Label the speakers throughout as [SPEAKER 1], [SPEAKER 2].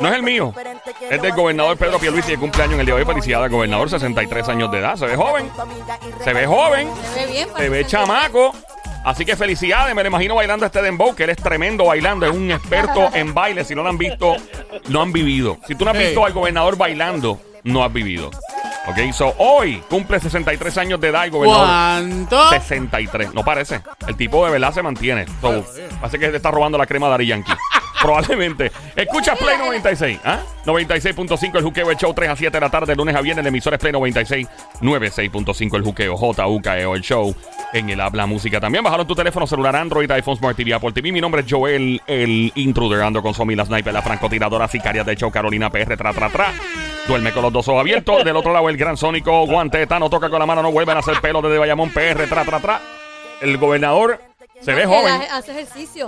[SPEAKER 1] No es el mío. Es del gobernador Pedro Pierluisi de cumpleaños en el día de hoy. Felicidades, gobernador, 63 años de edad. Se ve joven. Se ve joven.
[SPEAKER 2] Se ve bien.
[SPEAKER 1] Se ve chamaco. Así que felicidades, me lo imagino bailando este dembow, que él es tremendo bailando, es un experto en baile. Si no lo han visto, no han vivido. Si tú no has
[SPEAKER 3] Sí.
[SPEAKER 1] visto al gobernador bailando, no has vivido. Ok, so hoy cumple 63 años de edad el gobernador.
[SPEAKER 3] ¿Cuánto?
[SPEAKER 1] 63. No parece. El tipo de verdad se mantiene. So, parece que le está robando la crema de Ari Yankee. Probablemente. Escucha Play 96. ¿ah? 96.5 el juqueo, el show 3 a 7 de la tarde, lunes a viernes, la emisora es Play 96, 96.5 el juqueo, JUKEO E el show, en el habla música también. Bajaron tu teléfono celular Android, iPhone, Smart TV, Apple TV. Mi nombre es Joel, el intruder, ando con Somi, la sniper, la francotiradora, sicaria del show, Carolina PR, tra, tra, tra. Duerme con los dos ojos abiertos. Del otro lado, el gran sónico, guante, no toca con la mano, no vuelven a hacer pelo desde Bayamón PR, tra, tra, tra. El gobernador se ve joven.
[SPEAKER 2] Hace, hace ejercicio.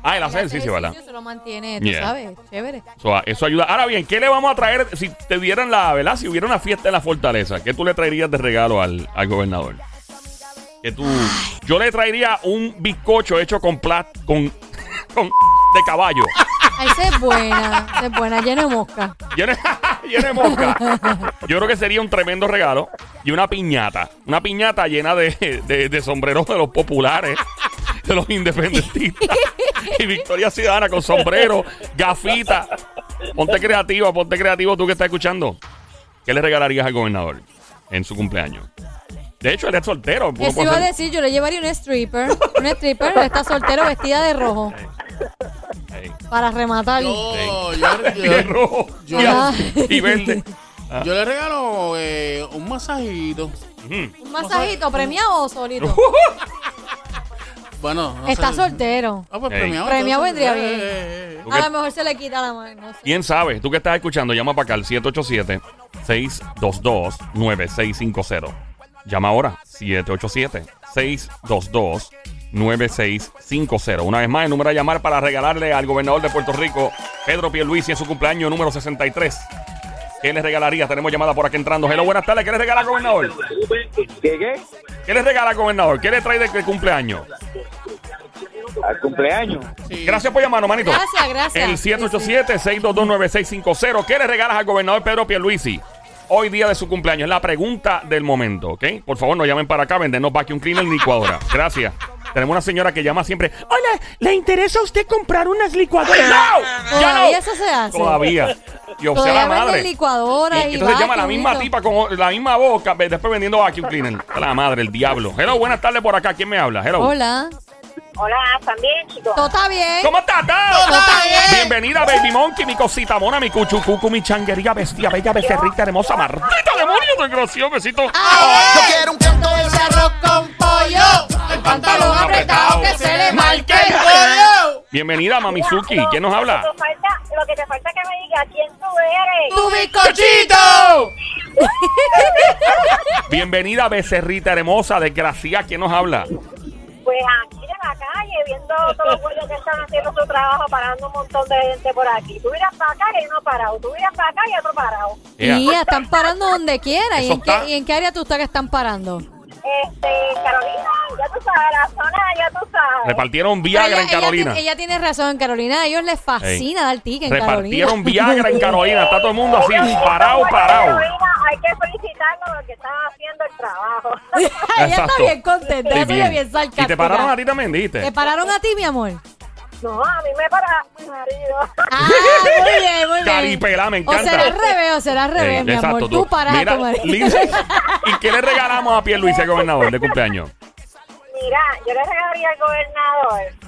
[SPEAKER 1] Ah, el hacer ejercicio, ¿verdad?
[SPEAKER 2] Se lo mantiene, tú
[SPEAKER 1] Yeah.
[SPEAKER 2] sabes, chévere.
[SPEAKER 1] So, ah, eso ayuda. Ahora bien, ¿qué le vamos a traer si te dieran la, ¿verdad? Si hubiera una fiesta en la fortaleza, ¿qué tú le traerías de regalo al, al gobernador? Que tú. Yo le traería un bizcocho hecho con plat, con, con de caballo.
[SPEAKER 2] Ahí se es buena, esa es buena, llena de mosca.
[SPEAKER 1] Llena, llena de mosca. Yo creo que sería un tremendo regalo. Y una piñata. Una piñata llena de, de- de sombreros de los populares, de los independentistas. Y Victoria Ciudadana con sombrero, gafita. Ponte creativa, ponte creativo tú que estás escuchando. ¿Qué le regalarías al gobernador en su cumpleaños? De hecho, él es soltero. uno
[SPEAKER 2] Eso
[SPEAKER 1] puede
[SPEAKER 2] iba a
[SPEAKER 1] hacer-
[SPEAKER 2] decir, yo le llevaría un stripper. Un stripper está soltero vestida de rojo.
[SPEAKER 1] Ey,
[SPEAKER 2] Para rematar.
[SPEAKER 3] Yo, yo, yo-
[SPEAKER 1] de rojo
[SPEAKER 3] yo-
[SPEAKER 1] y
[SPEAKER 2] Ah.
[SPEAKER 1] y verde.
[SPEAKER 3] yo le regalo eh, un masajito.
[SPEAKER 2] Un masajito, premiado o solito.
[SPEAKER 3] Bueno, no
[SPEAKER 2] Está
[SPEAKER 3] sé.
[SPEAKER 2] soltero.
[SPEAKER 3] Ah, pues
[SPEAKER 1] Ey.
[SPEAKER 3] premiado.
[SPEAKER 2] Premiado
[SPEAKER 3] entonces.
[SPEAKER 2] vendría bien.
[SPEAKER 3] Eh, eh, eh.
[SPEAKER 1] ¿Tú
[SPEAKER 2] A
[SPEAKER 1] qué-
[SPEAKER 2] lo mejor se le quita la mano. no sé.
[SPEAKER 1] ¿Quién sabe? Tú que estás escuchando, llama para acá al 787-622-9650. Llama ahora, 787-622-9650. Una vez más, el número a llamar para regalarle al gobernador de Puerto Rico, Pedro Pierluisi, en su cumpleaños número 63. ¿Qué les regalaría? Tenemos llamada por aquí entrando. Hello, buenas tardes. ¿Qué les regala, gobernador?
[SPEAKER 4] ¿Qué, qué?
[SPEAKER 1] ¿Qué les regala, gobernador? ¿Qué le trae de de cumpleaños?
[SPEAKER 4] Al cumpleaños.
[SPEAKER 3] eh, Sí.
[SPEAKER 1] Gracias por llamarnos, manito.
[SPEAKER 2] Gracias, gracias.
[SPEAKER 1] El 787-622-9650. ¿Qué le regalas al gobernador Pedro Pierluisi? Hoy día de su cumpleaños. Es la pregunta del momento, ¿ok? Por favor, no llamen para acá, vendernos vacuum cleaner ni licuadora. Gracias. Tenemos una señora que llama siempre. Hola, ¿le interesa a usted comprar unas licuadoras? ¡No! ¡Ya
[SPEAKER 2] Todavía
[SPEAKER 1] no!
[SPEAKER 2] eso se hace.
[SPEAKER 1] Todavía. Yo sea
[SPEAKER 2] Todavía
[SPEAKER 1] la
[SPEAKER 2] venden
[SPEAKER 1] madre.
[SPEAKER 2] licuadoras y
[SPEAKER 1] entonces llama a la
[SPEAKER 2] vacuum,
[SPEAKER 1] misma
[SPEAKER 2] eso.
[SPEAKER 1] tipa con la misma boca, ve- después vendiendo vacuum cleaner. La madre, el diablo. Hello, buenas tardes por acá. ¿Quién me habla? Hello.
[SPEAKER 2] Hola.
[SPEAKER 5] Hola, también, chicos.
[SPEAKER 2] ¿Todo está bien?
[SPEAKER 1] ¿Cómo estás? Tao?
[SPEAKER 3] ¿Cómo estás? Bien.
[SPEAKER 1] Bienvenida, Baby Monkey, mi cosita mona, mi cuchucucu, mi changuería, bestia, bella, becerrita, hermosa, maldita demonio, desgraciado, besito.
[SPEAKER 3] Ah, Yo quiero un canto de ese arroz con pollo. El pantalón apretado que se le marque el pollo.
[SPEAKER 1] Bienvenida, Mamizuki.
[SPEAKER 5] Diablo,
[SPEAKER 1] ¿Quién nos habla?
[SPEAKER 5] Lo que, te falta, lo que te falta que me diga quién tú eres.
[SPEAKER 3] ¡Tu bizcochito!
[SPEAKER 1] Bienvenida, becerrita hermosa, desgraciada. ¿Quién nos habla?
[SPEAKER 5] Pues aquí de la calle, viendo todos los pueblos que están haciendo su trabajo, parando un montón de gente por aquí. Tú miras para acá y hay uno parado. Tú miras para acá y otro parado.
[SPEAKER 1] Ea.
[SPEAKER 2] Mira, están parando donde quiera. ¿Y
[SPEAKER 1] Eso
[SPEAKER 2] en, qué,
[SPEAKER 1] está.
[SPEAKER 2] y en qué área tú estás que están parando?
[SPEAKER 5] Este, Carolina, ya tú sabes, la zona, ya tú sabes.
[SPEAKER 1] Repartieron
[SPEAKER 2] Pero
[SPEAKER 1] Viagra en
[SPEAKER 2] ella- ella
[SPEAKER 1] Carolina.
[SPEAKER 2] ti- Ella, tiene razón, Carolina. A ellos les fascina dar ticket en
[SPEAKER 1] Repartieron
[SPEAKER 2] Carolina.
[SPEAKER 1] Viagra en Carolina. Está todo el mundo así,
[SPEAKER 5] Ellos-
[SPEAKER 1] parado,
[SPEAKER 5] ellos-
[SPEAKER 1] parado.
[SPEAKER 5] Carolina, hay que felicitarnos porque están haciendo el trabajo.
[SPEAKER 2] ella está
[SPEAKER 1] Exacto.
[SPEAKER 2] bien contenta.
[SPEAKER 1] Sí,
[SPEAKER 2] ella
[SPEAKER 1] bien.
[SPEAKER 2] bien. bien sarcástica.
[SPEAKER 1] Y te pararon a ti también, dijiste.
[SPEAKER 2] ¿Te pararon a ti, mi amor?
[SPEAKER 5] no, a mí me para mi marido.
[SPEAKER 2] Ah, muy bien, muy bien.
[SPEAKER 1] Caripela, me encanta.
[SPEAKER 2] O será al revés, o será al revés,
[SPEAKER 1] Eh,
[SPEAKER 2] mi amor. Tú, paras
[SPEAKER 1] Mira,
[SPEAKER 2] a tu marido.
[SPEAKER 1] Linda, ¿Y qué le regalamos a Pierluisi, el gobernador, de cumpleaños?
[SPEAKER 5] Mira, yo le regalaría al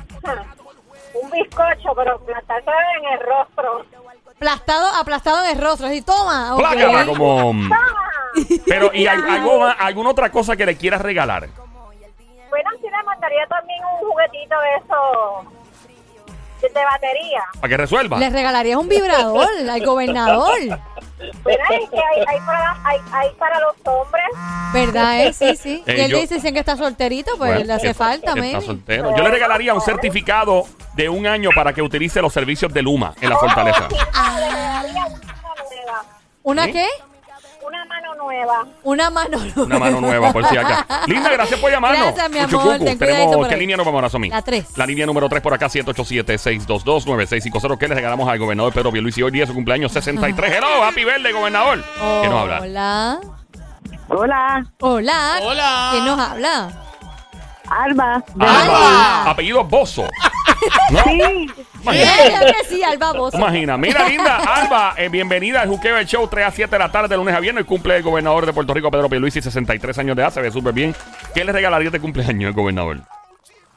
[SPEAKER 5] gobernador un bizcocho, pero plantárselo en el rostro.
[SPEAKER 2] aplastado, aplastado en el rostro. Así, toma. ok.
[SPEAKER 1] Plácala como... mm,
[SPEAKER 5] ¡Toma!
[SPEAKER 1] Pero, ¿y al- algo más- alguna otra cosa que le quieras regalar?
[SPEAKER 5] Bueno, sí le mandaría también un juguetito de eso de, de batería.
[SPEAKER 1] Para que resuelva.
[SPEAKER 2] Le regalarías un vibrador al gobernador.
[SPEAKER 5] Mira, y que hay, hay, para, hay, hay para los hombres.
[SPEAKER 2] ¿Verdad? Eh? Sí, sí.
[SPEAKER 1] Eh,
[SPEAKER 2] y él
[SPEAKER 1] yo-
[SPEAKER 2] dice dicen que está solterito, pues
[SPEAKER 1] Bueno,
[SPEAKER 2] le hace
[SPEAKER 1] que-
[SPEAKER 2] falta,
[SPEAKER 1] que
[SPEAKER 2] maybe.
[SPEAKER 1] está soltero. Yo le regalaría un certificado de un año para que utilice los servicios de Luma en la fortaleza.
[SPEAKER 5] Sí, le regalaría una nueva.
[SPEAKER 2] ¿Una
[SPEAKER 1] ¿Sí?
[SPEAKER 2] qué?
[SPEAKER 5] una mano nueva.
[SPEAKER 2] Una mano nueva.
[SPEAKER 1] Una mano nueva, por si acá. Linda, gracias por llamarnos.
[SPEAKER 2] Gracias, mi amor.
[SPEAKER 1] Cuchucucu.
[SPEAKER 2] Ten cuidadito
[SPEAKER 1] Tenemos,
[SPEAKER 2] por
[SPEAKER 1] ¿Qué
[SPEAKER 2] ahí.
[SPEAKER 1] línea nos vamos ahora, Somi?
[SPEAKER 2] La tres.
[SPEAKER 1] La línea número 3 por acá, 787-622-9650. Que le regalamos al gobernador Pedro Pierluisi hoy día de su cumpleaños 63. Hello, happy birthday, gobernador. ¿Qué nos habla?
[SPEAKER 2] Oh, Hola.
[SPEAKER 6] Hola,
[SPEAKER 2] Hola.
[SPEAKER 3] Hola.
[SPEAKER 2] ¿Quién nos habla?
[SPEAKER 6] Alba. de
[SPEAKER 1] Alba. Ah, Apellido Bozo. ¿No?
[SPEAKER 6] Sí.
[SPEAKER 1] Imagina.
[SPEAKER 2] Claro que sí, Alba Bozo.
[SPEAKER 1] Imagina. Mira, linda, Alba, eh, bienvenida al Juqueo del Show, 3 a 7 de la tarde, lunes a viernes. Cumple el gobernador de Puerto Rico, Pedro Pierluisi, 63 años de edad, se ve súper bien. ¿Qué le regalaría de cumpleaños el gobernador?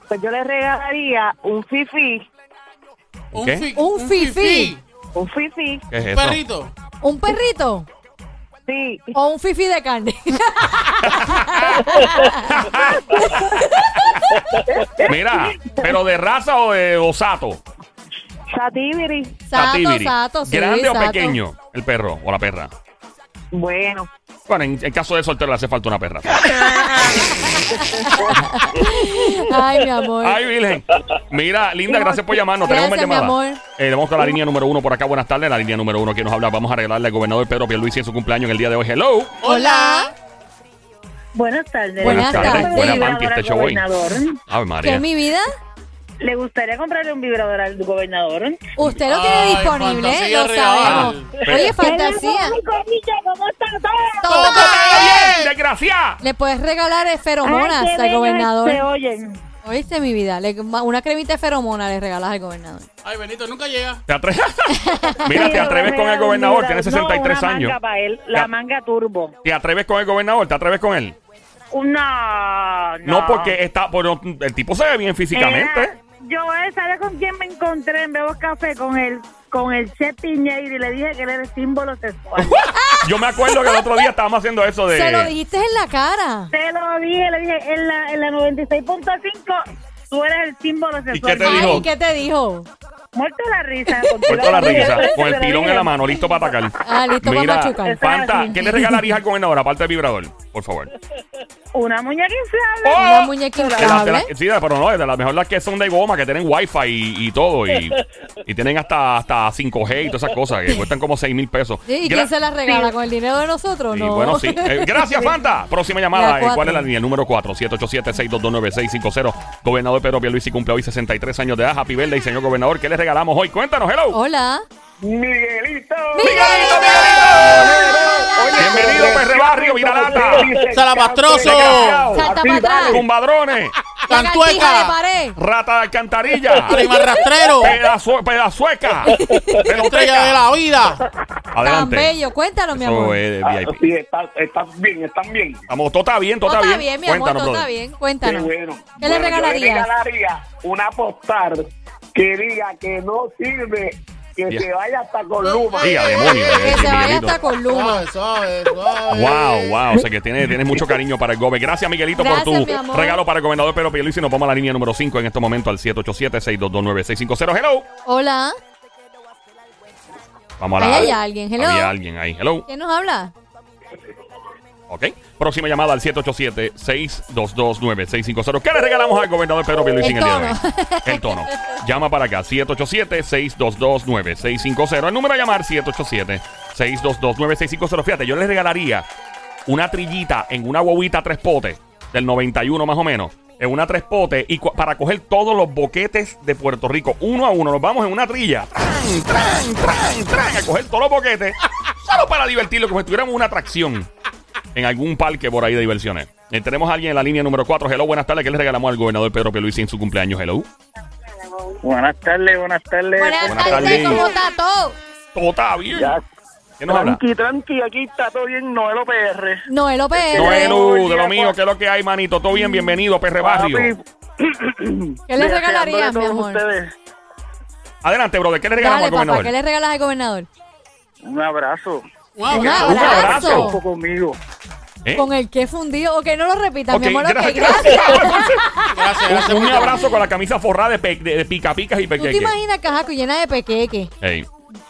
[SPEAKER 6] Pues yo le regalaría un fifi.
[SPEAKER 3] Un,
[SPEAKER 1] ¿Qué?
[SPEAKER 3] fi-
[SPEAKER 2] Un fifí.
[SPEAKER 6] Un fifi.
[SPEAKER 1] ¿Qué es
[SPEAKER 3] Un
[SPEAKER 1] eso?
[SPEAKER 3] perrito.
[SPEAKER 2] ¿Un perrito?
[SPEAKER 6] Sí.
[SPEAKER 2] ¿O un fifi de carne?
[SPEAKER 1] Mira, pero de raza o de osato.
[SPEAKER 6] Satibiri.
[SPEAKER 2] Sato, sato, sí,
[SPEAKER 1] ¿Grande o
[SPEAKER 2] sato.
[SPEAKER 1] pequeño el perro o la perra?
[SPEAKER 6] Bueno.
[SPEAKER 1] Bueno, en el caso de soltero le hace falta una perra.
[SPEAKER 2] Ay, mi amor.
[SPEAKER 1] Ay, Virgen. Mira, linda, gracias por llamarnos. Tenemos
[SPEAKER 2] Gracias,
[SPEAKER 1] una llamada.
[SPEAKER 2] mi amor.
[SPEAKER 1] Eh, vamos con la línea número uno por acá. Buenas tardes. La línea número uno que nos habla. Vamos a regalarle al gobernador Pedro Pierluisi en su cumpleaños en el día de hoy. Hello.
[SPEAKER 3] Hola.
[SPEAKER 7] Buenas tardes.
[SPEAKER 2] Buenas tardes.
[SPEAKER 1] Buenas
[SPEAKER 7] Sí,
[SPEAKER 1] panty este
[SPEAKER 7] al
[SPEAKER 1] show hoy.
[SPEAKER 7] gobernador.
[SPEAKER 1] Ave
[SPEAKER 2] ¿Qué
[SPEAKER 1] María.
[SPEAKER 2] es mi vida?
[SPEAKER 7] ¿Le gustaría comprarle un vibrador al gobernador?
[SPEAKER 2] Usted lo tiene
[SPEAKER 3] Ay,
[SPEAKER 2] disponible, ¿eh?
[SPEAKER 3] fantasía
[SPEAKER 2] lo
[SPEAKER 3] real.
[SPEAKER 2] sabemos.
[SPEAKER 1] Pero-
[SPEAKER 2] Oye, fantasía.
[SPEAKER 5] ¿Cómo están todos?
[SPEAKER 2] Todo
[SPEAKER 1] ¡Todo está
[SPEAKER 3] ¡Ay!
[SPEAKER 1] bien, desgraciada!
[SPEAKER 2] Le puedes regalar eh,
[SPEAKER 7] Ah,
[SPEAKER 2] feromonas
[SPEAKER 7] qué
[SPEAKER 2] al
[SPEAKER 7] bellas Se
[SPEAKER 2] gobernador.
[SPEAKER 7] oyen.
[SPEAKER 2] ¿Oíste mi vida? Le- ma- una cremita de feromona le regalas al gobernador.
[SPEAKER 3] Ay, Benito, nunca llega.
[SPEAKER 1] ¿Te atreves? Mira,
[SPEAKER 7] Sí,
[SPEAKER 1] te atreves con el
[SPEAKER 7] un
[SPEAKER 1] gobernador. Tiene
[SPEAKER 7] vibrador.
[SPEAKER 1] 63
[SPEAKER 7] No, una
[SPEAKER 1] años.
[SPEAKER 7] Manga para él,
[SPEAKER 1] Ya.
[SPEAKER 7] la manga turbo.
[SPEAKER 1] ¿Te atreves con el gobernador? ¿Te atreves con él?
[SPEAKER 7] Una.
[SPEAKER 1] No, porque está, pero el tipo se ve bien físicamente.
[SPEAKER 7] Era- yo, eh, ¿sabes con quién me encontré en Bebo Café? Con el, con el Che Piñeiro y le dije que él era símbolo sexual.
[SPEAKER 1] Yo me acuerdo que el otro día estábamos haciendo eso de.
[SPEAKER 2] Se lo dijiste en la cara.
[SPEAKER 7] Te lo dije, le dije, en la, en la 96.5 tú eres el símbolo sexual.
[SPEAKER 1] ¿Qué
[SPEAKER 2] Ay,
[SPEAKER 1] dijo?
[SPEAKER 2] ¿qué te dijo?
[SPEAKER 7] Muerto la risa.
[SPEAKER 1] Puesto la risa, con el pilón
[SPEAKER 7] pilón
[SPEAKER 1] en la mano, listo para atacar.
[SPEAKER 2] Ah, listo para
[SPEAKER 1] Mira,
[SPEAKER 2] machucar.
[SPEAKER 1] Fanta,
[SPEAKER 7] Eso es
[SPEAKER 1] ¿qué le regalarías al gobernador aparte del vibrador? Por favor.
[SPEAKER 7] Una muñeca inflable.
[SPEAKER 1] ¡Oh!
[SPEAKER 2] Una muñeca
[SPEAKER 1] De las- de las-
[SPEAKER 2] inflable.
[SPEAKER 1] sí, pero no, de las mejor las que son de goma, que tienen wifi y, y todo, y, y tienen hasta, hasta 5G y todas esas cosas, que cuestan como 6 mil pesos.
[SPEAKER 2] Sí, ¿Y
[SPEAKER 1] Gra-
[SPEAKER 2] quién se las regala? ¿Con el dinero de nosotros?
[SPEAKER 1] Sí,
[SPEAKER 2] no.
[SPEAKER 1] bueno, sí. Eh, gracias, Fanta. Próxima llamada.
[SPEAKER 2] La
[SPEAKER 1] Eh, ¿Cuál
[SPEAKER 2] cuatro.
[SPEAKER 1] es la línea? El número 4, 787-622-9650. Gobernador Pedro Pierluisi cumple hoy 63 años de edad. Happy birthday, señor gobernador. ¿Qué le regalamos hoy? Cuéntanos, hello.
[SPEAKER 2] Hola.
[SPEAKER 4] Miguelito.
[SPEAKER 2] Miguelito,
[SPEAKER 1] Bienvenido, Perre Barrio, Viralata.
[SPEAKER 3] Salapastroso.
[SPEAKER 2] Salta para atrás.
[SPEAKER 1] Cumbadrones,
[SPEAKER 2] Lagartija de
[SPEAKER 3] Cantueca.
[SPEAKER 2] pared.
[SPEAKER 1] rata de alcantarilla,
[SPEAKER 3] Prima rastrero.
[SPEAKER 1] pedazo, pedazueca,
[SPEAKER 3] Estrella de
[SPEAKER 1] peloteca.
[SPEAKER 3] la vida.
[SPEAKER 2] Tan
[SPEAKER 1] Adelante.
[SPEAKER 2] bello. Cuéntalo, mi
[SPEAKER 1] Eso
[SPEAKER 2] amor.
[SPEAKER 1] es de
[SPEAKER 4] Ah,
[SPEAKER 1] VIP.
[SPEAKER 4] sí, está- están bien, están bien.
[SPEAKER 1] Vamos, todo está bien, todo
[SPEAKER 2] Todo
[SPEAKER 1] está bien.
[SPEAKER 2] mi amor,
[SPEAKER 1] Cuéntanos,
[SPEAKER 2] todo está
[SPEAKER 1] brother.
[SPEAKER 2] bien. Cuéntanos.
[SPEAKER 4] Qué bueno.
[SPEAKER 2] ¿Qué le
[SPEAKER 4] Bueno, yo
[SPEAKER 2] regalarías?
[SPEAKER 4] regalaría una postar que diga que no sirve, que
[SPEAKER 1] Ya.
[SPEAKER 4] se vaya hasta con Luma.
[SPEAKER 1] Diga, demonio. eh,
[SPEAKER 2] Que se vaya
[SPEAKER 1] Miguelito.
[SPEAKER 2] hasta con Luma.
[SPEAKER 3] Suave, suave, suave.
[SPEAKER 1] Wow, wow, o sea que tiene- tienes mucho cariño para el Gobe. Gracias, Miguelito,
[SPEAKER 2] Gracias,
[SPEAKER 1] por
[SPEAKER 2] mi
[SPEAKER 1] tu
[SPEAKER 2] amor.
[SPEAKER 1] regalo para el gobernador Pedro Pierluisi. Nos vamos a la línea número 5 en este momento al 787-622-9650. Hello.
[SPEAKER 2] Hola.
[SPEAKER 1] Vamos a la.
[SPEAKER 2] Ahí hay alguien, hello.
[SPEAKER 1] Hay alguien ahí. Hello.
[SPEAKER 2] ¿Quién nos habla?
[SPEAKER 1] Ok. Próxima llamada al 787-622-9650. ¿Qué le regalamos al gobernador Pedro Pierluisi
[SPEAKER 2] El
[SPEAKER 1] en el día de hoy?
[SPEAKER 2] tono.
[SPEAKER 1] El tono. Llama para acá, 787-622-9650. El número a llamar, 787-622-9650. Fíjate, yo les regalaría una trillita en una guaguita tres potes, del 91 más o menos, en una tres potes, y cu- para coger todos los boquetes de Puerto Rico, uno a uno, nos vamos en una trilla, tran, tran, tran, tran, a coger todos los boquetes, solo para divertirlo, como si tuviéramos una atracción en algún parque por ahí de diversiones. Eh, tenemos a alguien en la línea número 4. Hello, buenas tardes. ¿Qué le regalamos al gobernador Pedro Pierluisi en su cumpleaños? Hello.
[SPEAKER 4] Buenas tardes, buenas tardes.
[SPEAKER 1] Buenas
[SPEAKER 2] Buenas tardes,
[SPEAKER 1] tardes.
[SPEAKER 2] ¿cómo está todo?
[SPEAKER 1] Todo está bien.
[SPEAKER 4] Ya.
[SPEAKER 1] ¿Qué nos habla?
[SPEAKER 4] Tranqui, tranqui, aquí está todo bien, Noel OPR.
[SPEAKER 2] Noel OPR.
[SPEAKER 1] Noelu, de
[SPEAKER 4] Hola,
[SPEAKER 1] lo mío, ¿qué es lo que hay, manito? ¿Todo bien? Bienvenido, PR Barrio.
[SPEAKER 2] ¿Qué le regalarías, mi amor?
[SPEAKER 1] Adelante, brother. ¿Qué le regalamos
[SPEAKER 2] Dale,
[SPEAKER 1] al
[SPEAKER 2] papá,
[SPEAKER 1] gobernador?
[SPEAKER 2] ¿qué le regalas al gobernador?
[SPEAKER 4] Un abrazo.
[SPEAKER 3] Wow,
[SPEAKER 2] Un
[SPEAKER 3] qué
[SPEAKER 1] Un
[SPEAKER 3] suave.
[SPEAKER 1] abrazo.
[SPEAKER 2] abrazo.
[SPEAKER 4] conmigo.
[SPEAKER 1] ¿Eh?
[SPEAKER 2] Con el que fundido. Ok, no lo repitas, mi
[SPEAKER 1] Ok,
[SPEAKER 2] amor.
[SPEAKER 1] gra-
[SPEAKER 2] Ok, gracias.
[SPEAKER 3] Gracias,
[SPEAKER 1] Un-
[SPEAKER 3] gracias.
[SPEAKER 1] Un abrazo con la camisa forrada de, pe- de- de pica picas y
[SPEAKER 2] ¿Tú te
[SPEAKER 1] pequeque.
[SPEAKER 2] imaginas cajaco llena de pequeque?
[SPEAKER 1] Ey.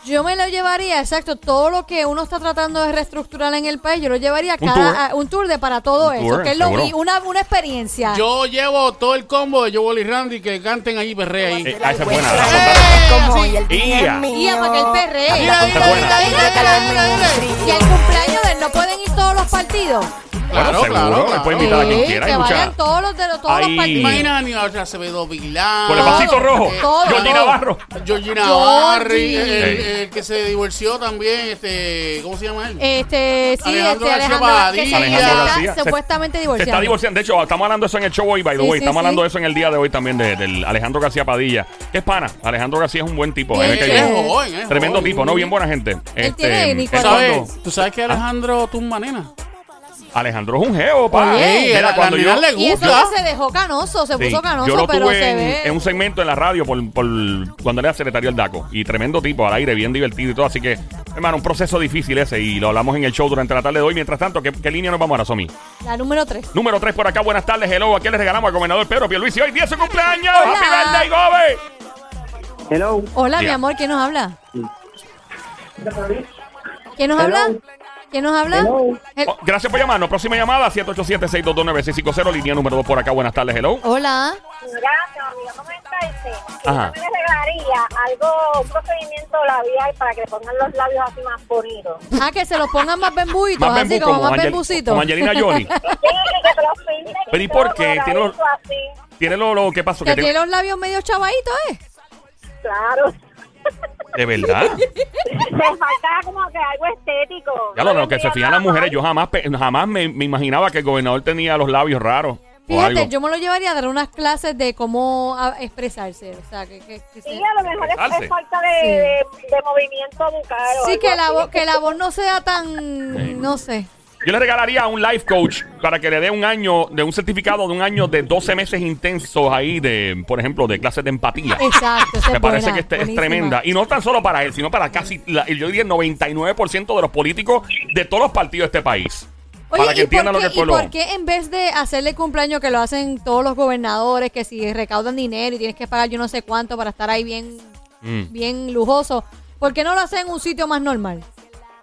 [SPEAKER 2] Yo me lo llevaría, exacto, todo lo que uno está tratando de reestructurar en el país, yo lo llevaría
[SPEAKER 1] Un
[SPEAKER 2] cada
[SPEAKER 1] tour.
[SPEAKER 2] a- un tour de para todo
[SPEAKER 1] Un
[SPEAKER 2] eso,
[SPEAKER 1] tour,
[SPEAKER 2] que es lo
[SPEAKER 1] seguro.
[SPEAKER 2] vi- una, una experiencia.
[SPEAKER 3] Yo llevo todo el combo de Joel y Randy que canten ahí, perrea ahí.
[SPEAKER 1] Eh, ah, esa es buena.
[SPEAKER 3] Como
[SPEAKER 1] Ia.
[SPEAKER 2] y para que el perre.
[SPEAKER 3] Mira, mira,
[SPEAKER 1] buena.
[SPEAKER 3] mira, mira, mira, mira, mira.
[SPEAKER 2] Y el cumpleaños de no pueden ir todos los partidos.
[SPEAKER 1] Bueno, seguro, pueden
[SPEAKER 2] Sí,
[SPEAKER 1] invitar a quien
[SPEAKER 2] que
[SPEAKER 1] quiera. Hay mucha...
[SPEAKER 2] vayan todos los de los- todos
[SPEAKER 1] Ahí.
[SPEAKER 2] los partidos.
[SPEAKER 3] Imagina a Aníbal Acevedo Vilá.
[SPEAKER 1] Con el pasito
[SPEAKER 2] Todo,
[SPEAKER 1] rojo.
[SPEAKER 2] todo,
[SPEAKER 1] Jordi
[SPEAKER 2] todo.
[SPEAKER 1] Navarro.
[SPEAKER 3] Georgina
[SPEAKER 2] Georgie.
[SPEAKER 3] Barry, el, el-
[SPEAKER 1] Sí.
[SPEAKER 3] el que se divorció también, este, ¿cómo se llama él?
[SPEAKER 2] Este, sí,
[SPEAKER 3] Alejandro
[SPEAKER 2] este
[SPEAKER 3] García
[SPEAKER 2] Alejandro, que se-
[SPEAKER 3] Padilla.
[SPEAKER 1] Alejandro
[SPEAKER 2] se está
[SPEAKER 1] García. Se-
[SPEAKER 2] supuestamente
[SPEAKER 1] Se está
[SPEAKER 2] divorciando.
[SPEAKER 1] divorciando. De hecho, estamos hablando de eso en el show hoy, by the
[SPEAKER 2] Sí,
[SPEAKER 1] way.
[SPEAKER 2] sí,
[SPEAKER 1] estamos
[SPEAKER 2] sí.
[SPEAKER 1] hablando de eso en el día de hoy también, de- del Alejandro García Padilla. Que es pana. Alejandro García es un buen tipo. a mí me
[SPEAKER 2] Sí.
[SPEAKER 1] cae
[SPEAKER 3] Es
[SPEAKER 1] bien.
[SPEAKER 3] joven, es
[SPEAKER 1] Tremendo
[SPEAKER 3] joven.
[SPEAKER 1] tipo, ¿no? Bien buena gente.
[SPEAKER 2] tiene ni
[SPEAKER 1] es
[SPEAKER 3] ¿Tú
[SPEAKER 2] cuarenta.
[SPEAKER 1] cuando-
[SPEAKER 3] sabes, tú sabes
[SPEAKER 1] Ah.
[SPEAKER 3] que Alejandro tumba nena?
[SPEAKER 1] Alejandro es un geo, pa.
[SPEAKER 2] Oye.
[SPEAKER 1] Mira,
[SPEAKER 3] a la-
[SPEAKER 1] cuando
[SPEAKER 3] la
[SPEAKER 1] yo-
[SPEAKER 3] nena le
[SPEAKER 2] Y eso
[SPEAKER 3] gusta.
[SPEAKER 2] que se dejó canoso, se
[SPEAKER 1] Sí,
[SPEAKER 2] puso canoso,
[SPEAKER 1] yo lo
[SPEAKER 2] pero
[SPEAKER 1] tuve
[SPEAKER 2] se
[SPEAKER 1] en,
[SPEAKER 2] ve.
[SPEAKER 1] en un segmento en la radio por, por cuando era secretario del DACO. Y tremendo tipo, al aire, bien divertido y todo. Así que, hermano, un proceso difícil ese. Y lo hablamos en el show durante la tarde de hoy. Mientras tanto, ¿qué, qué línea nos vamos ahora, Somi?
[SPEAKER 2] La número 3.
[SPEAKER 1] Número 3 por acá, buenas tardes, hello. ¿A quién le regalamos al gobernador Pedro Pierluisi? Hoy día es su cumpleaños.
[SPEAKER 2] Hola.
[SPEAKER 1] ¡Happy birthday, Gobe!
[SPEAKER 4] Hello.
[SPEAKER 2] Hola,
[SPEAKER 1] Ya.
[SPEAKER 2] mi amor, ¿quién nos habla? ¿Quién nos habla? ¿Quién nos habla? El-
[SPEAKER 1] Oh, gracias por llamarnos. Próxima llamada, 787-622-9650, línea número 2 por acá, buenas tardes, hello.
[SPEAKER 2] Hola.
[SPEAKER 5] Mira, amigo, ¿cómo estás? Yo
[SPEAKER 1] Ajá.
[SPEAKER 5] me regalaría algo, un procedimiento labial para que le pongan los labios así más bonitos.
[SPEAKER 2] Ah, que se los pongan más bembuitos,
[SPEAKER 1] Más
[SPEAKER 2] así
[SPEAKER 1] bembú,
[SPEAKER 2] como, más
[SPEAKER 1] Angel-
[SPEAKER 2] bembucitos.
[SPEAKER 1] como Angelina Jolie.
[SPEAKER 5] Sí, que te los pinten y
[SPEAKER 1] Pero ¿y
[SPEAKER 5] todo,
[SPEAKER 1] por qué? Tiene los-
[SPEAKER 5] doradito así,
[SPEAKER 1] Tiene lo, lo que pasó.
[SPEAKER 2] Que
[SPEAKER 1] Que te-
[SPEAKER 2] tiene los labios medio chavaditos, ¿eh?
[SPEAKER 5] Claro.
[SPEAKER 1] De verdad.
[SPEAKER 5] Les faltaba como que algo estético.
[SPEAKER 1] Ya lo, lo que se fijan las mujeres, yo jamás pe- jamás me, me imaginaba que el gobernador tenía los labios raros. O algo.
[SPEAKER 2] Fíjate, yo me lo llevaría a dar unas clases de cómo ah, expresarse. O sea, que, que, que se-
[SPEAKER 5] Sí, a lo mejor es,
[SPEAKER 1] Calce.
[SPEAKER 5] es falta de, de, de movimiento bucal. o
[SPEAKER 2] Sí,
[SPEAKER 5] algo
[SPEAKER 2] que la,
[SPEAKER 5] así.
[SPEAKER 2] voz, que la voz no sea tan, no sé.
[SPEAKER 1] Yo le regalaría a un life coach para que le dé un año, de un certificado de un año de 12 meses intensos ahí de, por ejemplo, de clases de empatía.
[SPEAKER 2] Exacto, esa
[SPEAKER 1] Me
[SPEAKER 2] es
[SPEAKER 1] parece
[SPEAKER 2] buena,
[SPEAKER 1] que este- es
[SPEAKER 2] buenísima.
[SPEAKER 1] tremenda. Y no tan solo para él, sino para casi, la- yo diría, el 99% de los políticos de todos los partidos de este país.
[SPEAKER 2] Oye,
[SPEAKER 1] para que
[SPEAKER 2] ¿y
[SPEAKER 1] entiendan
[SPEAKER 2] por
[SPEAKER 1] lo que
[SPEAKER 2] qué-
[SPEAKER 1] el pueblo...
[SPEAKER 2] ¿Y por qué en vez de hacerle cumpleaños que lo hacen todos los gobernadores, que si recaudan dinero y tienes que pagar yo no sé cuánto para estar ahí bien,
[SPEAKER 1] Mm.
[SPEAKER 2] bien lujoso, ¿por qué no lo hacen en un sitio más normal?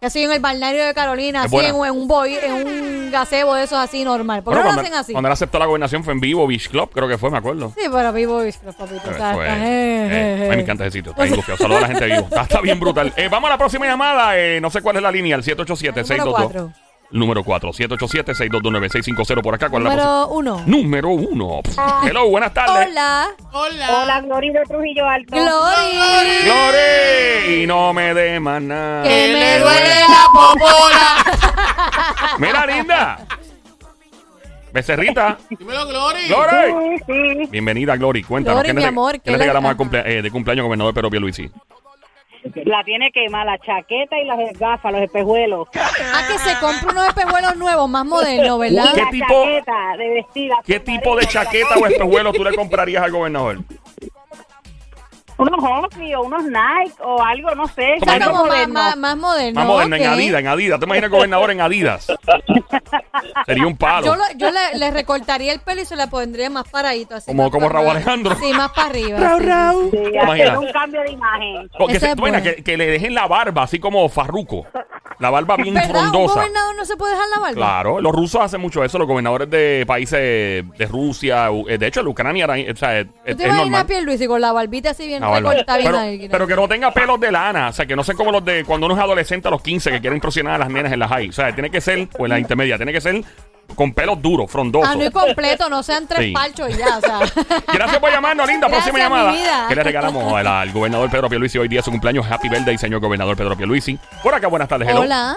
[SPEAKER 2] Así en el balneario de Carolina,
[SPEAKER 1] Es
[SPEAKER 2] así
[SPEAKER 1] buena.
[SPEAKER 2] en, en un boy, en un gazebo de esos así normal. ¿Por qué
[SPEAKER 1] Bueno,
[SPEAKER 2] no lo hacen
[SPEAKER 1] cuando,
[SPEAKER 2] así?
[SPEAKER 1] cuando él aceptó la gobernación fue en vivo, Beach Club, creo que fue, me acuerdo.
[SPEAKER 2] Sí, para vivo Bistro,
[SPEAKER 1] Eh,
[SPEAKER 2] papito. o sea,
[SPEAKER 1] fue-
[SPEAKER 2] está-
[SPEAKER 1] eh,
[SPEAKER 2] eh, eh,
[SPEAKER 1] a mí me encanta ese sitio, está bien gufiado. Saludos a la gente de vivo. Está, está bien brutal. Eh, vamos a la próxima llamada. eh, no sé cuál es la línea, el 787-622.
[SPEAKER 2] cuatro.
[SPEAKER 1] Número 4. 787-622-9650 por acá. ¿Cuál es la
[SPEAKER 2] Número uno.
[SPEAKER 1] próxima? Número 1. Hello, buenas tardes.
[SPEAKER 2] Hola,
[SPEAKER 3] Hola.
[SPEAKER 5] Glory de Trujillo Alto.
[SPEAKER 2] Glory.
[SPEAKER 1] Glory. Y no me dé más nada.
[SPEAKER 2] Que
[SPEAKER 3] Que
[SPEAKER 2] me
[SPEAKER 3] le
[SPEAKER 2] duele.
[SPEAKER 3] duele la popola.
[SPEAKER 1] Mira, linda. Becerrita.
[SPEAKER 3] Dímelo, Glory.
[SPEAKER 1] Glory.
[SPEAKER 5] Sí, sí.
[SPEAKER 1] Bienvenida, Glory. Cuéntanos.
[SPEAKER 2] Glory,
[SPEAKER 1] ¿qué le
[SPEAKER 2] mi
[SPEAKER 1] reg-
[SPEAKER 2] amor,
[SPEAKER 1] ¿Qué
[SPEAKER 2] ¿qué
[SPEAKER 1] le
[SPEAKER 2] le-
[SPEAKER 1] regalamos al
[SPEAKER 2] Ajá.
[SPEAKER 1] cumplea- eh, de cumpleaños gobernador Pedro Pierluisi?
[SPEAKER 8] La tiene quemada, la chaqueta y las gafas, los espejuelos.
[SPEAKER 2] Ah, que se compre unos espejuelos nuevos, más modernos, ¿verdad?
[SPEAKER 1] ¿Qué
[SPEAKER 8] la
[SPEAKER 1] tipo-
[SPEAKER 8] chaqueta de vestida.
[SPEAKER 1] ¿Qué tipo de chaqueta o espejuelo tú le comprarías al gobernador?
[SPEAKER 8] Unos Oakley o unos Nike o algo, no sé.
[SPEAKER 1] Como
[SPEAKER 8] algo
[SPEAKER 2] Está como más,
[SPEAKER 8] moderno.
[SPEAKER 2] más, más moderno.
[SPEAKER 1] Más moderno, en
[SPEAKER 2] ok.
[SPEAKER 1] Adidas, en Adidas. ¿Te imaginas el gobernador en Adidas? Sería un palo.
[SPEAKER 2] Yo, lo- yo le, le recortaría el pelo y se la pondría más paradito. Así,
[SPEAKER 1] Como-
[SPEAKER 2] más
[SPEAKER 1] como
[SPEAKER 2] para
[SPEAKER 1] Raúl
[SPEAKER 2] arriba.
[SPEAKER 1] Alejandro.
[SPEAKER 2] Sí, más para arriba. sí, sí, sí.
[SPEAKER 8] Sí,
[SPEAKER 1] Imagina.
[SPEAKER 8] hacer un cambio de imagen.
[SPEAKER 1] O que,
[SPEAKER 2] Esa
[SPEAKER 1] se-
[SPEAKER 2] es
[SPEAKER 1] tú imaginas
[SPEAKER 2] buena.
[SPEAKER 1] que- que le dejen la barba, así como Farruco. La barba bien
[SPEAKER 2] ¿Verdad? ¿Un
[SPEAKER 1] frondosa.
[SPEAKER 2] gobernador no se puede dejar la barba?
[SPEAKER 1] Claro, los rusos hacen mucho eso, los gobernadores de países de Rusia, u- eh, de hecho, la Ucrania era- o sea, es,
[SPEAKER 2] ¿Tú
[SPEAKER 1] es-
[SPEAKER 2] te
[SPEAKER 1] es
[SPEAKER 2] imaginas
[SPEAKER 1] normal.
[SPEAKER 2] a Pierluisi con la barbita así bien
[SPEAKER 1] La barba.
[SPEAKER 2] recortada, bien
[SPEAKER 1] Ah, pero,
[SPEAKER 2] ahí?
[SPEAKER 1] pero que no tenga pelos de lana, o sea, que no sean como los de cuando uno es adolescente a los 15 que quieren introducir a las nenas en las high. O sea, tiene que ser, o en la intermedia, tiene que ser con pelos duros, frondosos.
[SPEAKER 2] Ah, no es completo, no sean tres
[SPEAKER 1] Sí.
[SPEAKER 2] palchos y ya, o sea.
[SPEAKER 1] Gracias por llamarnos, linda. Próxima
[SPEAKER 2] Gracias,
[SPEAKER 1] llamada.
[SPEAKER 2] mi vida.
[SPEAKER 1] Que le regalamos al, al gobernador Pedro Pierluisi. Hoy día es su cumpleaños. Happy birthday, señor gobernador Pedro Pierluisi. Por acá, buenas tardes. hello.
[SPEAKER 2] Hola.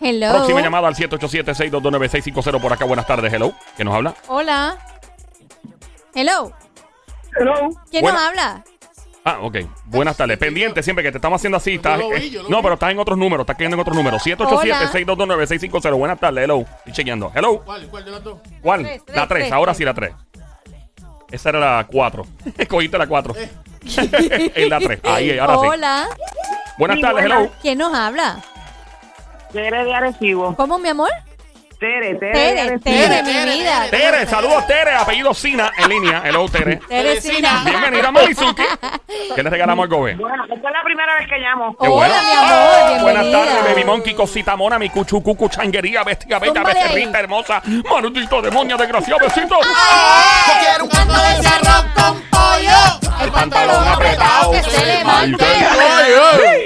[SPEAKER 2] Hello.
[SPEAKER 1] Próxima llamada al 787-622-9650. Por acá, buenas tardes. Hello. ¿Qué nos habla?
[SPEAKER 2] Hola. Hello.
[SPEAKER 4] Hello.
[SPEAKER 2] ¿Quién
[SPEAKER 1] Buena-
[SPEAKER 2] nos habla?
[SPEAKER 1] Ah, ok. Buenas tardes. Pendiente siempre que te estamos haciendo así. estás-
[SPEAKER 3] lo vi,
[SPEAKER 1] eh,
[SPEAKER 3] yo lo
[SPEAKER 1] no,
[SPEAKER 3] vi.
[SPEAKER 1] pero estás en otros números. Estás cayendo en otros números. 787-622-9650. Buenas tardes. Hello. Estoy chequeando. Hello.
[SPEAKER 3] ¿Cuál, cuál de las dos?
[SPEAKER 1] ¿Cuál?
[SPEAKER 2] Tres, tres,
[SPEAKER 1] la 3.
[SPEAKER 2] tres,
[SPEAKER 1] Ahora
[SPEAKER 2] tres.
[SPEAKER 1] sí, la 3. Esa era la 4. Escogiste la 4. es la 3. Ahí, ahora sí.
[SPEAKER 2] Hola.
[SPEAKER 1] Buenas tardes. Hello.
[SPEAKER 2] ¿Quién nos habla?
[SPEAKER 6] Tere de Arecibo.
[SPEAKER 2] ¿Cómo, mi amor?
[SPEAKER 6] Tere, Tere. de
[SPEAKER 2] Tere,
[SPEAKER 6] Arecibo.
[SPEAKER 2] Tere,
[SPEAKER 3] Tere,
[SPEAKER 2] mi
[SPEAKER 3] Tere,
[SPEAKER 2] vida.
[SPEAKER 1] Tere, saludos Tere, apellido Sina en línea. Hello Tere.
[SPEAKER 2] Teresina.
[SPEAKER 1] Bienvenida Morizuki. ¿Qué le regalamos al Gobe?
[SPEAKER 6] Bueno, esta es la primera vez que llamo.
[SPEAKER 1] Qué
[SPEAKER 2] Hola,
[SPEAKER 1] bueno.
[SPEAKER 2] mi amor,
[SPEAKER 1] Ah,
[SPEAKER 2] bienvenida.
[SPEAKER 1] Buenas tardes, baby monkey, cosita mona, mi cuchu, cucu, changuería, bestia, bella,
[SPEAKER 2] Zúmbale ahí.
[SPEAKER 1] becerrita, hermosa, maldito demonio, desgraciado, besito.
[SPEAKER 3] Yo quiero un canto de ese arroz con pollo.
[SPEAKER 2] El pantalón apretado que se le marque.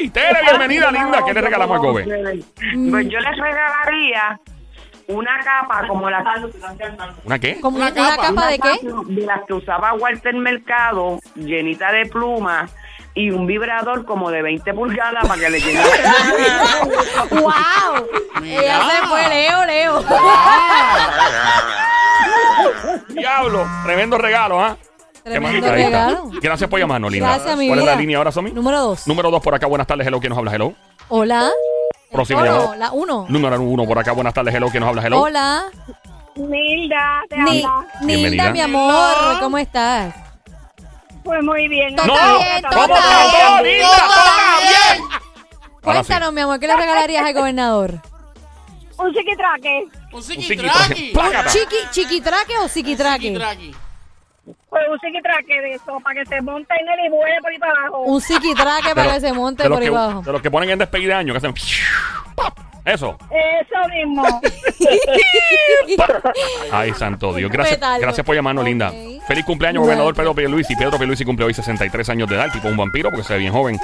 [SPEAKER 1] Sí, Tere, bienvenida, linda. ¿Qué le regalamos a Gobe? Mm.
[SPEAKER 6] Pues yo les regalaría una capa como la
[SPEAKER 1] ¿Una qué?
[SPEAKER 2] Como
[SPEAKER 3] Una
[SPEAKER 2] una,
[SPEAKER 3] capa.
[SPEAKER 2] una capa de
[SPEAKER 6] Ah,
[SPEAKER 2] qué?
[SPEAKER 6] de las que usaba Walter Mercado, llenita de plumas y un vibrador como de 20 pulgadas para que le llenara.
[SPEAKER 2] ¡Wow!
[SPEAKER 3] Mira.
[SPEAKER 2] Ella se fue, Leo, Leo.
[SPEAKER 1] Diablo, tremendo regalo, ¿ah? Qué
[SPEAKER 2] Tremendo
[SPEAKER 1] maravilla.
[SPEAKER 2] regalo.
[SPEAKER 1] Gracias por llamarnos, linda.
[SPEAKER 2] Gracias, mi
[SPEAKER 1] ¿Cuál es la
[SPEAKER 2] vida.
[SPEAKER 1] línea ahora, Somi?
[SPEAKER 2] Número dos.
[SPEAKER 1] Número dos por acá, buenas tardes, hello, ¿quién nos habla, hello?
[SPEAKER 2] Hola.
[SPEAKER 1] Próxima
[SPEAKER 2] Oh, no,
[SPEAKER 1] llamada.
[SPEAKER 2] La uno.
[SPEAKER 1] Número uno por acá, buenas tardes, hello, ¿quién nos habla, hello?
[SPEAKER 2] Hola.
[SPEAKER 8] Nilda, te
[SPEAKER 2] Ni-
[SPEAKER 8] habla.
[SPEAKER 1] Bienvenida.
[SPEAKER 2] Nilda, mi amor. ¿Cómo estás?
[SPEAKER 8] Pues muy bien.
[SPEAKER 2] No,
[SPEAKER 1] ¡No!
[SPEAKER 2] bien,
[SPEAKER 1] ¡Vamos,
[SPEAKER 2] todo
[SPEAKER 1] vamos,
[SPEAKER 2] bien.
[SPEAKER 1] vamos, linda!
[SPEAKER 3] ¡Todo bien!
[SPEAKER 1] Ahora sí.
[SPEAKER 2] Cuéntanos, mi amor, ¿qué le regalarías al gobernador?
[SPEAKER 8] Un chiquitraque.
[SPEAKER 3] Un
[SPEAKER 1] Un
[SPEAKER 3] psiquitraqui.
[SPEAKER 1] psiquitraque. ¡Plácata!
[SPEAKER 2] Chiqui, ¿Chiquitraque o psiquitraque?
[SPEAKER 3] Psiquitraqui.
[SPEAKER 8] Pues un chiquitraque de eso, para que se monte en él y vuele por ahí para abajo.
[SPEAKER 2] Un psiquitraque
[SPEAKER 1] De
[SPEAKER 2] para
[SPEAKER 1] lo-
[SPEAKER 2] que se monte
[SPEAKER 1] de los
[SPEAKER 2] por ahí
[SPEAKER 1] que-
[SPEAKER 2] abajo.
[SPEAKER 1] De los que ponen en despedida de año, que hacen... ¡pap! Eso.
[SPEAKER 8] Eso mismo.
[SPEAKER 1] Ay, santo Dios. Gracias,
[SPEAKER 2] Petardo.
[SPEAKER 1] gracias por llamarnos,
[SPEAKER 2] Ok.
[SPEAKER 1] linda. Feliz cumpleaños, gobernador Pedro Pierluisi. Pedro Pierluisi cumple hoy 63 años de edad, el tipo un vampiro, porque se ve bien joven.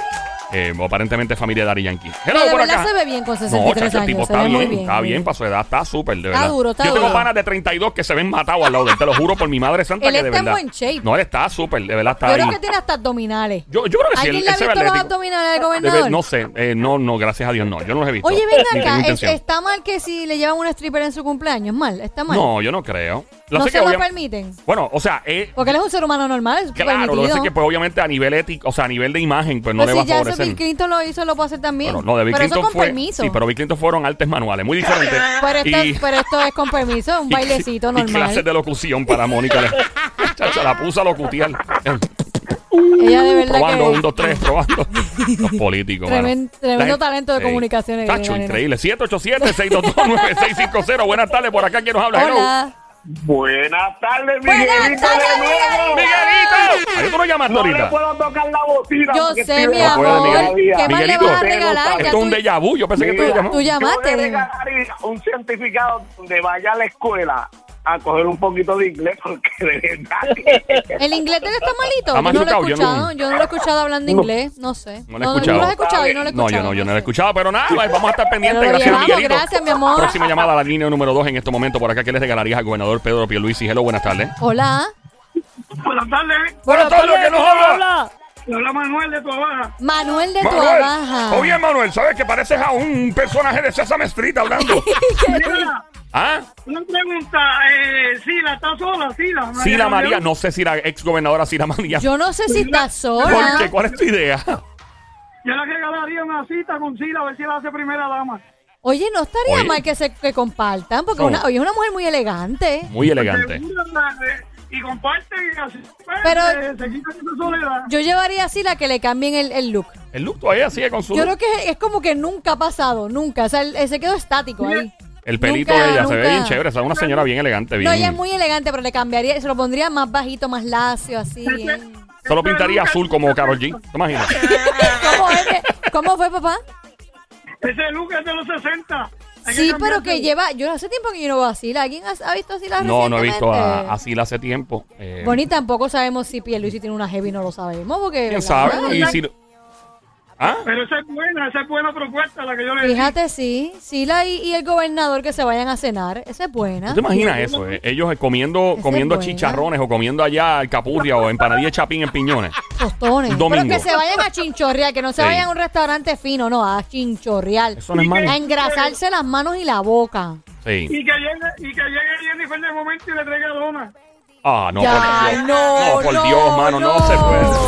[SPEAKER 1] Eh, aparentemente familia de Ari Yankee. Hello,
[SPEAKER 2] Pero de
[SPEAKER 1] por
[SPEAKER 2] verdad
[SPEAKER 1] acá.
[SPEAKER 2] se ve bien con
[SPEAKER 1] No,
[SPEAKER 2] 63
[SPEAKER 1] chacho, el
[SPEAKER 2] años.
[SPEAKER 1] tipo
[SPEAKER 2] se
[SPEAKER 1] está
[SPEAKER 2] ve
[SPEAKER 1] bien,
[SPEAKER 2] muy bien.
[SPEAKER 1] está bien para su edad, está súper, de verdad.
[SPEAKER 2] duro, está
[SPEAKER 1] Yo tengo
[SPEAKER 2] duro.
[SPEAKER 1] panas de 32 que se ven matados al lado de él, te lo juro por mi madre santa
[SPEAKER 2] Él
[SPEAKER 1] que de
[SPEAKER 2] está en
[SPEAKER 1] verdad.
[SPEAKER 2] buen shape.
[SPEAKER 1] No, él está súper, de verdad está
[SPEAKER 2] Yo
[SPEAKER 1] ahí.
[SPEAKER 2] creo que tiene hasta abdominales.
[SPEAKER 1] Yo, yo creo que sí, él,
[SPEAKER 2] ¿Alguien
[SPEAKER 1] él
[SPEAKER 2] le ha
[SPEAKER 1] se ve
[SPEAKER 2] visto los
[SPEAKER 1] atlético.
[SPEAKER 2] abdominales al
[SPEAKER 1] De ver-
[SPEAKER 2] gobernador?
[SPEAKER 1] no sé, eh, no, no, gracias a Dios, no. Yo no los he visto.
[SPEAKER 2] Oye, ven
[SPEAKER 1] Ni tengo
[SPEAKER 2] acá, es-
[SPEAKER 1] intención.
[SPEAKER 2] está mal que si le llevan una stripper en su cumpleaños, mal, está mal.
[SPEAKER 1] No, yo no creo. Lo
[SPEAKER 2] No
[SPEAKER 1] sé
[SPEAKER 2] se
[SPEAKER 1] que
[SPEAKER 2] lo
[SPEAKER 1] obvia-
[SPEAKER 2] permiten.
[SPEAKER 1] Bueno, o sea, eh,
[SPEAKER 2] Porque él es un ser humano normal,
[SPEAKER 1] Claro,
[SPEAKER 2] es
[SPEAKER 1] lo que
[SPEAKER 2] permitido.
[SPEAKER 1] pasa es que pues obviamente a nivel ético, o sea, a nivel de imagen, pues no
[SPEAKER 2] Pero
[SPEAKER 1] le va a
[SPEAKER 2] si ya eso
[SPEAKER 1] favorecer.
[SPEAKER 2] Bill Clinton lo hizo, lo puede hacer también.
[SPEAKER 1] Bueno, no, de Bill
[SPEAKER 2] pero eso
[SPEAKER 1] Clinton
[SPEAKER 2] con
[SPEAKER 1] fue.
[SPEAKER 2] permiso.
[SPEAKER 1] Sí, pero Bill Clinton fueron artes manuales, muy diferentes.
[SPEAKER 2] Pero esto,
[SPEAKER 1] Y-
[SPEAKER 2] pero esto es con permiso, un
[SPEAKER 1] y-
[SPEAKER 2] bailecito
[SPEAKER 1] Y clases
[SPEAKER 2] normal.
[SPEAKER 1] de locución para Mónica. Chacha, la puso a locutear. Eh,
[SPEAKER 2] Ella de verdad
[SPEAKER 1] probando,
[SPEAKER 2] que...
[SPEAKER 1] un, dos, tres, probando. Los políticos, mano.
[SPEAKER 2] Tremen- tremendo
[SPEAKER 1] La gente-
[SPEAKER 2] talento de comunicaciones que
[SPEAKER 1] Chacho,
[SPEAKER 2] tiene la nena.
[SPEAKER 1] increíble. 787-622-9650. Buenas tardes, por acá, ¿quién nos habla? Hello.
[SPEAKER 2] Hola.
[SPEAKER 4] Buenas tardes, Miguelito
[SPEAKER 2] Buenas tardes,
[SPEAKER 4] de nuevo.
[SPEAKER 1] ¡Miguelito! ¿A qué tú no llamaste
[SPEAKER 4] No le
[SPEAKER 1] ahorita?
[SPEAKER 4] puedo tocar la bocina.
[SPEAKER 2] Yo
[SPEAKER 4] porque
[SPEAKER 2] sé,
[SPEAKER 4] estoy
[SPEAKER 2] mi
[SPEAKER 4] de-
[SPEAKER 1] No puede,
[SPEAKER 2] amor.
[SPEAKER 1] Miguelito.
[SPEAKER 2] ¿Qué más le
[SPEAKER 1] Miguelito,
[SPEAKER 2] vas a regalar? Ya
[SPEAKER 1] Esto es un
[SPEAKER 2] tú,
[SPEAKER 1] déjà vu. Yo pensé que tú
[SPEAKER 4] Mira,
[SPEAKER 1] llamabas.
[SPEAKER 2] tú llamaste.
[SPEAKER 4] Yo le regalaría un certificado donde vaya a la escuela a coger un poquito de inglés porque de verdad que-
[SPEAKER 2] El inglés de él está
[SPEAKER 1] Está
[SPEAKER 2] malito. Yo no lo
[SPEAKER 1] machucado,
[SPEAKER 2] he
[SPEAKER 1] yo
[SPEAKER 2] escuchado.
[SPEAKER 1] no-
[SPEAKER 2] Yo no lo he escuchado hablando inglés. No sé.
[SPEAKER 1] No lo he escuchado.
[SPEAKER 2] No, lo he escuchado. Yo no lo he
[SPEAKER 1] No,
[SPEAKER 2] escuchado.
[SPEAKER 1] yo no, yo no lo he
[SPEAKER 2] sé.
[SPEAKER 1] escuchado, pero nada, vamos a estar pendientes.
[SPEAKER 2] Pero lo
[SPEAKER 1] Gracias,
[SPEAKER 2] llevamos,
[SPEAKER 1] Miguelito.
[SPEAKER 2] gracias, mi amor.
[SPEAKER 1] Próxima llamada a la línea número 2 en este momento. Por acá, ¿qué le regalarías al gobernador Pedro Pierluisi? Hello, buenas tardes.
[SPEAKER 2] Hola.
[SPEAKER 4] Buenas tardes.
[SPEAKER 1] Buenas tardes, que nos habla.
[SPEAKER 4] Le habla Manuel de tu
[SPEAKER 2] Manuel de tu
[SPEAKER 1] Manuel.
[SPEAKER 2] abaja.
[SPEAKER 1] Oye, Manuel, ¿sabes que pareces a un personaje de Sesame Street hablando? ¿Ah?
[SPEAKER 4] Una pregunta, eh, Sila, ¿está sola, Sila?
[SPEAKER 1] Sila María, no sé si la ex gobernadora Sila María.
[SPEAKER 2] Yo no sé si estás
[SPEAKER 1] ¿Por qué?
[SPEAKER 2] sola.
[SPEAKER 1] ¿Cuál es tu idea?
[SPEAKER 4] Yo le regalaría una cita con Sila a ver si la hace primera dama.
[SPEAKER 2] Oye, no estaría
[SPEAKER 1] Oye.
[SPEAKER 2] mal que se que compartan, porque
[SPEAKER 1] No.
[SPEAKER 2] una, oye, es una mujer muy elegante.
[SPEAKER 1] Muy elegante.
[SPEAKER 4] Y comparte y así. pues,
[SPEAKER 2] Pero-
[SPEAKER 4] Se quita esa soledad.
[SPEAKER 2] Yo llevaría así la que le cambien el, el look.
[SPEAKER 1] El look todavía sigue con su.
[SPEAKER 2] Yo creo que es, es como que nunca ha pasado, nunca. O sea, él, él se quedó estático ahí.
[SPEAKER 1] El pelito
[SPEAKER 2] Nunca,
[SPEAKER 1] de ella se ve
[SPEAKER 2] nunca.
[SPEAKER 1] bien chévere. O sea, una señora bien elegante. Bien.
[SPEAKER 2] No, ella es muy elegante, pero le cambiaría, se lo pondría más bajito, más lacio, así. bien.
[SPEAKER 1] Solo pintaría azul como Carol G. ¿Te imaginas?
[SPEAKER 2] ¿Cómo, es que- cómo fue, papá?
[SPEAKER 4] Ese look es de los 60.
[SPEAKER 2] Sí, pero que lleva. Yo hace tiempo que yo no veo a Sila. ¿Alguien ha, ha visto a Sila
[SPEAKER 1] No, no he visto a, a
[SPEAKER 2] Ah, recientemente?
[SPEAKER 1] Sila hace tiempo. Eh,
[SPEAKER 2] Bueno, y tampoco sabemos si Pierluisi tiene una heavy, no lo sabemos. Porque,
[SPEAKER 1] ¿Quién
[SPEAKER 2] la verdad,
[SPEAKER 1] sabe? Y si- ¿Ah?
[SPEAKER 4] Pero esa es buena, esa es buena propuesta la que yo le
[SPEAKER 2] Fíjate, sí. Sila y, y el gobernador que se vayan a cenar. Esa es
[SPEAKER 1] ¿Tú
[SPEAKER 2] buena.
[SPEAKER 1] te imaginas eso? eh? Ellos eh, comiendo,
[SPEAKER 2] Esa
[SPEAKER 1] comiendo
[SPEAKER 2] es buena.
[SPEAKER 1] chicharrones o comiendo allá alcapurria o empanadilla de chapín en piñones.
[SPEAKER 2] Tostones.
[SPEAKER 1] Un domingo.
[SPEAKER 2] Pero que se vayan a chinchorrear, que no se
[SPEAKER 1] Sí.
[SPEAKER 2] vayan a un restaurante fino, no, a chinchorrear.
[SPEAKER 1] Eso no es malo.
[SPEAKER 2] A engrasarse las manos y la boca.
[SPEAKER 1] Sí.
[SPEAKER 4] Y que llegue, y que llegue Jennifer de momento y le traiga dona.
[SPEAKER 1] Ah, no,
[SPEAKER 2] Ya,
[SPEAKER 1] por Dios. No, por Dios, mano, no se puede.